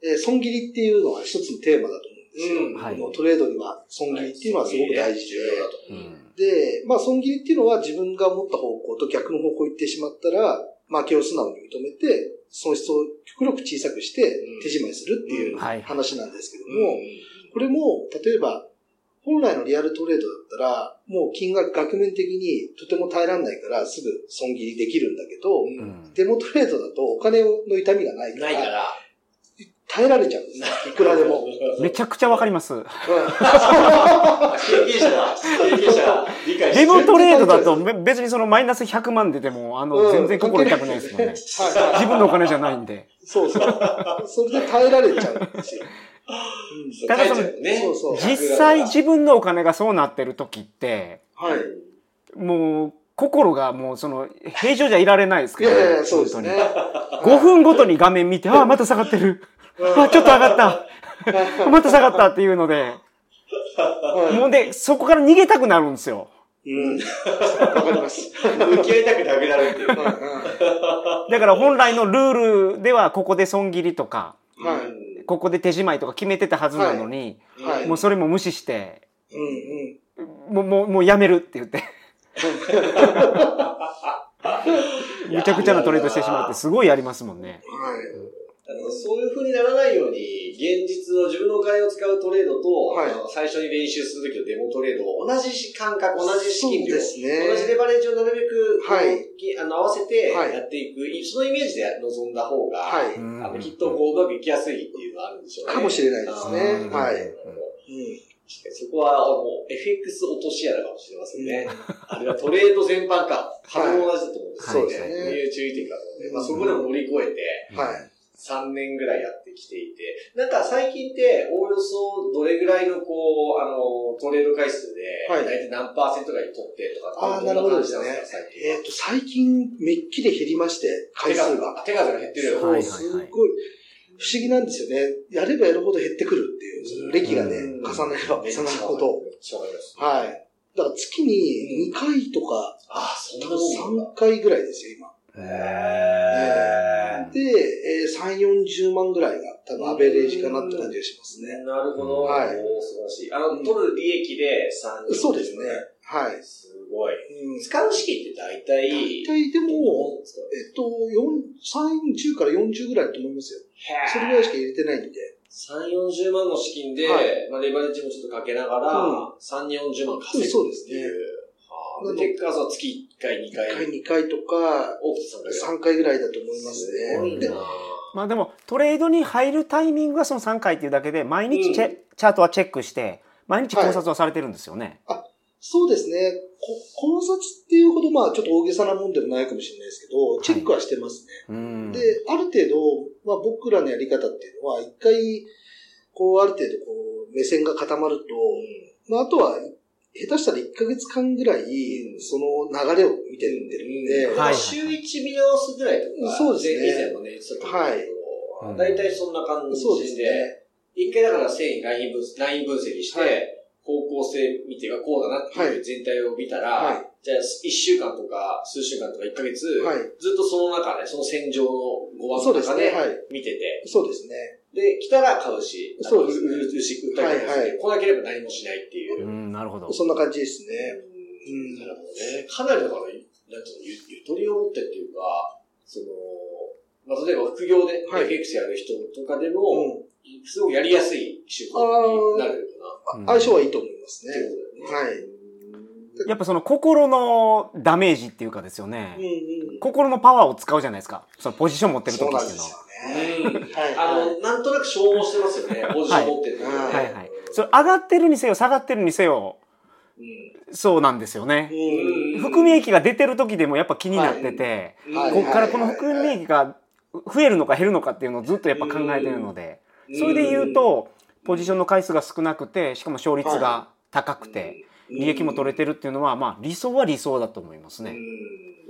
Speaker 4: えー損切りっていうのが一つのテーマだと思うんですよ。
Speaker 2: うん
Speaker 3: はい
Speaker 4: このトレードには損切りっていうのはすごく大事で、
Speaker 2: 重要だと。
Speaker 4: で、まあ損切りっていうのは自分が思った方向と逆の方向行ってしまったら、負けを素直に認めて、損失を極力小さくして
Speaker 2: うん
Speaker 4: 手締まりするっていう
Speaker 2: うん
Speaker 3: はい
Speaker 4: 話なんですけど
Speaker 2: う
Speaker 4: も、これも、例えば、本来のリアルトレードだったら、もう金額額面的にとても耐えられないからすぐ損切りできるんだけど、
Speaker 2: んうん
Speaker 4: デモトレードだとお金の痛みがないか、
Speaker 2: ないからら。
Speaker 4: 耐えられちゃうんですよ。いくらでも。うん
Speaker 3: めちゃくちゃわかります。
Speaker 2: 経験者だ。経験者だ。理解して
Speaker 3: デ
Speaker 2: る
Speaker 3: モトレードだとめ別にそのマイナス100万出て も、あ
Speaker 4: う
Speaker 3: の、
Speaker 4: ん
Speaker 3: 全然心痛くないですもんね。
Speaker 4: はい
Speaker 3: 自分のお金じゃないんで。
Speaker 4: そうそう。それで耐えられちゃうんですよ。
Speaker 2: そう
Speaker 3: ただそ
Speaker 2: 書
Speaker 3: の
Speaker 2: いてあるね
Speaker 4: そうそう
Speaker 3: 実際自分のお金がそうなってる時って、
Speaker 4: はい。
Speaker 3: もう、心がもうその、平常じゃいられないです
Speaker 4: い
Speaker 3: から、
Speaker 4: やいや、そうですね。
Speaker 3: 本当に。5分ごとに画面見て、あ、また下がってる。あ、ちょっと上がっ た。また下がったっていうので、
Speaker 4: は
Speaker 3: もうで、そこから逃げたくなるんですよ。
Speaker 4: い。うん。わかります。
Speaker 2: 向き合いたくなくなるっていう。
Speaker 4: うんうん
Speaker 3: だから本来のルールではここで損切りとか、
Speaker 4: はい
Speaker 2: い。
Speaker 3: ここで手締まいとか決めてたはずなのに、
Speaker 4: はい
Speaker 3: もうそれも無視して、
Speaker 4: うんうん。
Speaker 3: もう、もう、もうやめるって 言って。むちゃくちゃなトレードしてしまうってすごいありますもんね。
Speaker 4: はい。
Speaker 2: あのそういう風にならないように、現実の自分のお金を使うトレードと、
Speaker 4: はい
Speaker 2: あの最初に練習するときのデモトレードを同じ感覚、同じ資金
Speaker 4: そう
Speaker 2: 量
Speaker 4: で、す
Speaker 2: 同じレ
Speaker 4: ね。
Speaker 2: バレッジをなるべく、
Speaker 4: はい
Speaker 2: こうあの合わせて
Speaker 4: はい
Speaker 2: やっていく、そのイメージで臨んだ方が、
Speaker 4: はい。
Speaker 3: う
Speaker 4: う
Speaker 3: んん
Speaker 2: あのきっとこううまくいきやすいっていうのはあるんでしょうね。
Speaker 4: かもしれないです
Speaker 2: あー
Speaker 4: ねはい
Speaker 2: 確かにそこはもう FX 落とし穴かもしれませんね。あれはトレード全般か。株も同じだと思うんですよね。
Speaker 4: はい
Speaker 2: そう
Speaker 4: そうです
Speaker 2: いう注意点かと思うんで、
Speaker 4: ね
Speaker 2: まあ、そ
Speaker 4: うん
Speaker 2: こでも乗り越えて
Speaker 4: はい。
Speaker 2: 3年ぐらいやってきていて、なんか最近っておおよそどれぐらいのこう、あの、トレード回数で、
Speaker 4: は
Speaker 2: 大
Speaker 4: い
Speaker 2: 体何パーセントぐらい取ってとか
Speaker 4: あー、なるほど
Speaker 2: ん
Speaker 4: です
Speaker 2: 感
Speaker 4: ね
Speaker 2: じなんですか、最。近
Speaker 4: えっと、最近、めっきり減りまして、回数が。
Speaker 2: 手数が減ってるよ。
Speaker 3: はいはいはい
Speaker 4: すっごい、不思議なんですよね。やればやるほど減ってくるっていう、その歴がね、
Speaker 2: うん
Speaker 4: 重なれば重なるほど。
Speaker 2: めっちゃわかります。
Speaker 4: はい。だから月に2回とか、
Speaker 2: ああ、そんなもんなんだ。
Speaker 4: 3回ぐらいですよ、今。
Speaker 2: へ
Speaker 4: で、えー、3、40万ぐらいが多分アベレージかなって感じがしますね。
Speaker 2: なるほど。
Speaker 4: はい
Speaker 2: おー素晴らしい。あの、取る利益で3
Speaker 4: そうですね。はい。う
Speaker 2: すごい。
Speaker 4: ん。
Speaker 2: 使う資金って大体、
Speaker 4: 大体でも、えっと、4 30から40ぐらいだと思いますよ。それぐらいしか入れてないんで。
Speaker 2: 3、40万の資金で、
Speaker 4: はい
Speaker 2: まあ、レバレッジもちょっとかけながら、
Speaker 4: うん
Speaker 2: 3、40万稼ぐっていう。
Speaker 4: そうですね
Speaker 2: はあで結果、そう月1回、2
Speaker 4: 1回、
Speaker 2: 回、
Speaker 4: 2回とか、
Speaker 2: 多くて3回ぐらい。
Speaker 4: 3回ぐらいだと思います
Speaker 2: ごい
Speaker 4: ね。
Speaker 2: な
Speaker 4: で、
Speaker 3: まあでもトレードに入るタイミングはその3回っていうだけで毎日チェ、
Speaker 2: う
Speaker 3: チャートはチェックして毎日考察はされてるんですよね。
Speaker 4: そうですね。こ考察っていうほど、まあ、ちょっと大げさなもんでもないかもしれないですけど、チェックはしてますね。
Speaker 3: うん
Speaker 4: で、ある程度、まあ、僕らのやり方っていうのは、一回、こう、ある程度、こう、目線が固まると、まあ、あとは、下手したら1ヶ月間ぐらい、その流れを見てるんで、
Speaker 3: はい
Speaker 2: 週1見直すぐらいとか、
Speaker 4: そうですね
Speaker 2: 以前もね、それ
Speaker 3: はい
Speaker 2: 大体そんな感じ
Speaker 4: そうですね。
Speaker 2: で、一回だから繊維ライン分析ライン分析して、
Speaker 4: はい
Speaker 2: 方向性見てがこうだなって
Speaker 4: は
Speaker 2: い
Speaker 4: い
Speaker 2: う全体を見たら、
Speaker 4: はい
Speaker 2: じゃあ一週間とか数週間とか一ヶ月、
Speaker 4: はい。
Speaker 2: ずっとその中で、その戦場の5番
Speaker 4: そう
Speaker 2: の
Speaker 4: です
Speaker 2: 中で
Speaker 4: ね。はい。
Speaker 2: 見てて、
Speaker 4: そうですね。
Speaker 2: でで、来たら買うし、
Speaker 4: そうですね
Speaker 2: 売るし、売ったりとかして
Speaker 4: はいはい
Speaker 2: 来なければ何もしないっていう。
Speaker 3: うん、なるほど。
Speaker 4: そんな感じです
Speaker 2: ね
Speaker 4: ね。うん
Speaker 2: なるほどね。かなりだから、なんていうの、ゆゆとりを持ってっていうか、その、まあ、例えば副業で
Speaker 4: はい
Speaker 2: FX やる人とかで
Speaker 4: う
Speaker 2: も、
Speaker 4: ん
Speaker 2: すごくやりやすい手法になるのか
Speaker 3: うん
Speaker 4: 相性はいいと思います
Speaker 2: な、
Speaker 4: ね
Speaker 2: って。いうことだよね。
Speaker 4: はい。
Speaker 3: やっぱその心のダメージっていうかですよね。
Speaker 4: うんうん。
Speaker 3: 心のパワーを使うじゃないですか。そのポジション持ってる時
Speaker 4: そう
Speaker 3: っ
Speaker 4: な
Speaker 3: て
Speaker 4: ん
Speaker 3: い
Speaker 4: で
Speaker 3: うのは
Speaker 2: う
Speaker 4: す。よね。
Speaker 2: ん
Speaker 4: はい。
Speaker 2: あの、なんとなく消耗してますよね、ポジション持ってるの
Speaker 4: は
Speaker 2: ね
Speaker 4: すよ
Speaker 3: はいはい。それ上がってるにせよ、下がってるにせよ、
Speaker 2: うん
Speaker 3: そうなんですよね。
Speaker 4: うん
Speaker 2: うん
Speaker 3: 含み益が出てる時でもやっぱ気になってて、
Speaker 4: はい
Speaker 3: こっから
Speaker 4: はい
Speaker 3: この含み益が増えるのか減るのかっていうのをずっとやっぱ考えてるので、それで言う、と、ポジションの回数が少なくて、しかも勝率が高くて、利益も取れてるっていうのは、まあ理想は理想だと思います
Speaker 2: る
Speaker 3: ね。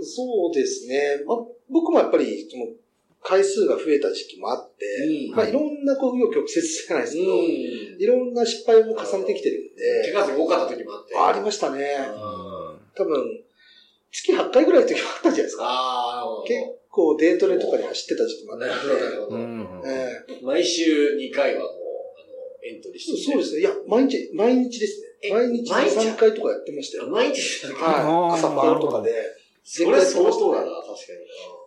Speaker 4: そうですね。まあ、僕もやっぱり、その、回数が増えた時期もあって、
Speaker 2: うん
Speaker 4: まあ、
Speaker 3: はい
Speaker 4: いろんなこう、紆余曲折じゃないですけど、
Speaker 2: うん。
Speaker 4: いろんな失敗も重ねてきてるん
Speaker 2: 手
Speaker 4: で、
Speaker 2: 数が多かった時もあって。
Speaker 4: あありましたね。
Speaker 2: うん
Speaker 4: 多分、月8回ぐらいの時もあったんじゃないですか。
Speaker 2: ああ、
Speaker 4: 結構デートレとかに走ってた時期もあっ
Speaker 2: な
Speaker 4: た
Speaker 2: る
Speaker 4: ん
Speaker 2: ほど、なるほど。
Speaker 3: うん。
Speaker 4: で、ええ
Speaker 2: 毎週2回はもう、あの、エントリーして
Speaker 4: そうですね。いや、毎日、毎日です
Speaker 2: え
Speaker 4: ね。毎日
Speaker 2: 毎日
Speaker 4: 3回とかやってましたよ。
Speaker 2: 毎日だけど
Speaker 3: あー
Speaker 4: はい。朝
Speaker 3: なる
Speaker 4: 晩
Speaker 3: ほど
Speaker 4: とかで。
Speaker 2: それ相当だな、確か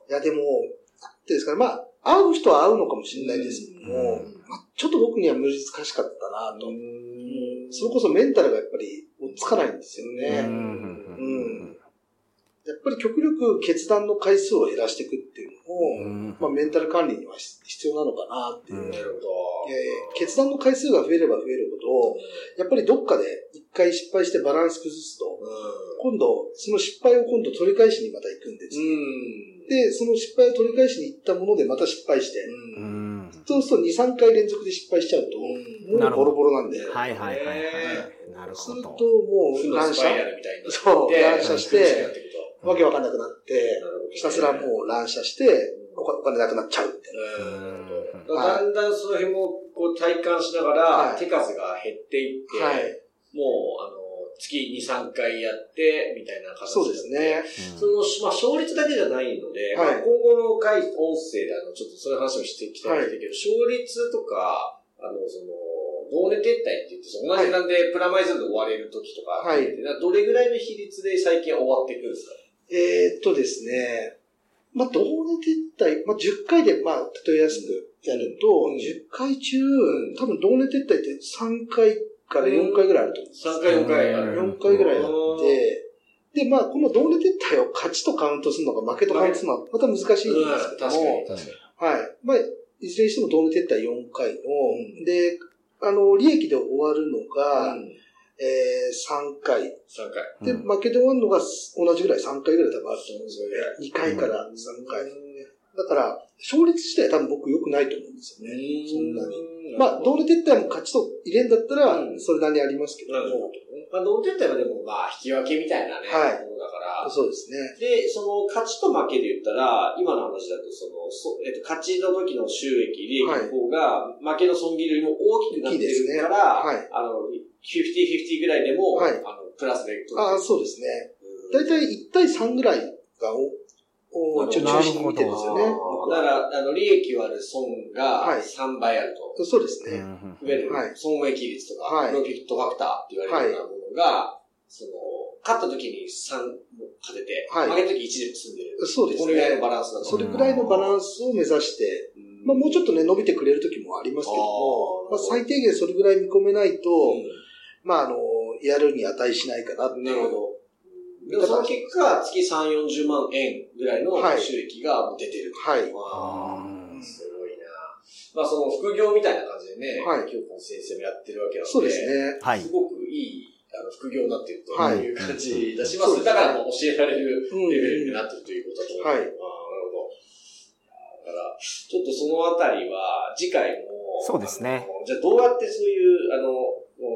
Speaker 4: いや、でも、なんていうんですかね。まあ、会う人は会うのかもしれないですけども、
Speaker 3: うん
Speaker 4: まあ、ちょっと僕には難しかったなと。
Speaker 2: にな。
Speaker 4: それこそメンタルがやっぱり落ち着かないんですよ
Speaker 3: う
Speaker 4: ね。
Speaker 3: ん
Speaker 4: うんやっぱり極力決断の回数を減らしていくっていうの
Speaker 3: う
Speaker 4: を、
Speaker 3: ん
Speaker 4: まあ、メンタル管理には必要なのかなっていう。
Speaker 3: うん
Speaker 4: え
Speaker 2: なるほど。
Speaker 4: ー決断の回数が増えれば増えるほど、やっぱりどっかで一回失敗してバランス崩すと、今度、その失敗を今度取り返しにまた行くんです。
Speaker 2: うん。
Speaker 4: で、その失敗を取り返しに行ったものでまた失敗して、
Speaker 3: う
Speaker 2: うん。
Speaker 3: ん
Speaker 4: そうすると2、3回連続で失敗しちゃうと、
Speaker 3: なる
Speaker 4: も
Speaker 3: ほど
Speaker 4: うボロボロなんで、
Speaker 3: はいはいはい
Speaker 2: ね
Speaker 3: はい。なる
Speaker 4: す
Speaker 3: ほ
Speaker 4: ると
Speaker 3: ど
Speaker 4: も。
Speaker 2: 負
Speaker 4: う
Speaker 2: の
Speaker 4: 乱
Speaker 2: ス
Speaker 4: 射
Speaker 2: パイラルみたいな。
Speaker 4: そう、
Speaker 2: で
Speaker 4: 乱射して、、わけわかんなくなって
Speaker 2: なるほどね
Speaker 4: ひたすらもう乱射して、お金お金なくなっちゃうみたいな。
Speaker 2: うんだんだんその辺もこう体感しながら、
Speaker 4: はい
Speaker 2: 手数が減っていって、
Speaker 4: はい。
Speaker 2: もう、あの、月2、3回やって、みたいな形
Speaker 4: そうです。ね。
Speaker 2: その、まあ、勝率だけじゃないので、
Speaker 4: は
Speaker 2: ま
Speaker 4: い
Speaker 2: あ今後の回、音声で、あの、ちょっとそういう話をしていきたいんですけど、勝率とか、あの、その、同値撤退って言って、その同じなんで、プラマイズで終われる時とか、
Speaker 4: はい
Speaker 2: などれぐらいの比率で最近終わっていくんですか
Speaker 4: えーっとですね、まあ、どう撤退、まあ、10回で、まあ、例えやすくやると、
Speaker 2: うん
Speaker 4: 10回中
Speaker 2: うん、
Speaker 4: 多分、同年撤退って3回から4回ぐらいあると思うんですよ。
Speaker 2: ?3 回、4回あ
Speaker 3: う
Speaker 2: る。
Speaker 3: ん
Speaker 4: 4回ぐらいあって、で、まあ、この同年撤退を勝ちとカウントするのか、負けとカウントするのは、また難しいんですけ
Speaker 2: うん、確
Speaker 4: ど
Speaker 2: か
Speaker 4: も、
Speaker 2: に、確かに。
Speaker 4: はい。まあ、いずれにしても同年撤退4回の、
Speaker 2: うん
Speaker 4: で、あの、利益で終わるのが、
Speaker 2: うん、
Speaker 4: えー、3回。
Speaker 2: 3回。
Speaker 4: で、
Speaker 3: うん
Speaker 4: 負けで終わるのがす同じぐらい3回ぐらい多分あると思うんですよね。2回から3回。だから、勝率自体は多分僕良くないと思うんですよね。そんな
Speaker 2: に
Speaker 4: まあ、同年撤退も勝ちと入れんだったら
Speaker 2: う、ん
Speaker 4: それなりにありますけど
Speaker 2: なるほ
Speaker 4: も
Speaker 2: ど。。まあ、同点ってはでも、まあ、引き分けみたいなね、
Speaker 4: はい
Speaker 2: ものだから、
Speaker 4: そうですね。
Speaker 2: で、その、勝ちと負けで言ったら、今の話だと、その、そえっと、勝ちの時の収益、利益の方が、負けの損切りよりも大きくなってるから、
Speaker 4: 大きいです
Speaker 2: あの、50-50ぐらいでも、
Speaker 4: はい
Speaker 2: あの、プラスで取れて
Speaker 4: ああ、
Speaker 2: る。
Speaker 4: そうですね。
Speaker 2: うん
Speaker 4: だいたい1対3ぐらいがお、おちょ
Speaker 2: なるほ
Speaker 4: 中
Speaker 2: ど
Speaker 4: 心に見てるんですよね。僕
Speaker 2: だ
Speaker 4: は
Speaker 2: から、あの、利益割る損が
Speaker 4: はい
Speaker 2: 3倍あると。
Speaker 4: そうです
Speaker 3: うんうん
Speaker 4: ね。
Speaker 2: いわゆる
Speaker 4: は、い
Speaker 2: 損益率とか、
Speaker 4: はい
Speaker 2: プロフィットファクターって言われるようなものが、その、勝った時に3勝てて、
Speaker 4: はい
Speaker 2: 負けた時1で済んでる。
Speaker 4: そうです
Speaker 2: これぐらい
Speaker 4: ね
Speaker 2: の。バランスなんです
Speaker 4: そ
Speaker 2: ね
Speaker 4: れぐらいのバランスを目指して、まあ、もうちょっとね、伸びてくれる時もありますけども、
Speaker 2: あー
Speaker 4: まあ、最低限それぐらい見込めないと、
Speaker 2: うん
Speaker 4: まあ、あの、やるに値しないかなっていう。
Speaker 2: なるほど。でもその結果、月3、40万円ぐらいの
Speaker 4: はい
Speaker 2: 収益がもう出てる。
Speaker 4: はい
Speaker 2: わあ
Speaker 3: うん
Speaker 2: すごいな。まあその副業みたいな感じでね、
Speaker 4: はい
Speaker 2: 今日この先生もやってるわけなので、
Speaker 4: そうですね。
Speaker 3: はい
Speaker 2: す。ごくいいあの副業になってると
Speaker 4: はい
Speaker 2: いう感じだします、
Speaker 4: うん
Speaker 2: だからもう教えられる
Speaker 4: うん
Speaker 2: レベルになってるということだと思う。
Speaker 4: はい
Speaker 2: ああなるほど。だから、ちょっとそのあたりは、次回も、
Speaker 3: そうですね
Speaker 2: あの。じゃあどうやってそういう、あの、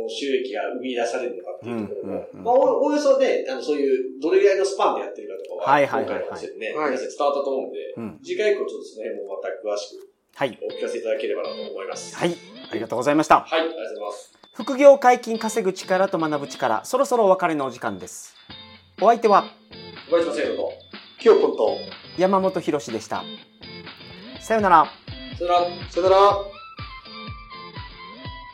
Speaker 2: 収益が生み出されるのかっていうところも、
Speaker 3: うんうんうん
Speaker 2: まあ、おおよそね、あの、そういう、どれぐらいのスパンでやってるかとかは、
Speaker 3: はいはいはいはい
Speaker 2: 今回の話でね、
Speaker 4: はい
Speaker 2: 皆さん伝わったと思うんで、
Speaker 3: うん
Speaker 2: 次回以降ちょっとその辺もまた詳しく
Speaker 3: はい。
Speaker 2: お聞かせいただければなと思います。
Speaker 3: はい。ありがとうございました。
Speaker 2: はい、ありがとうございます。
Speaker 3: 副業解禁稼ぐ力と学ぶ力、そろそろお別れのお時間です。お相手は
Speaker 2: 小林正と、
Speaker 4: キヨポンと、
Speaker 3: 山本博史でした。さようなら。
Speaker 2: それでは
Speaker 4: さよなら。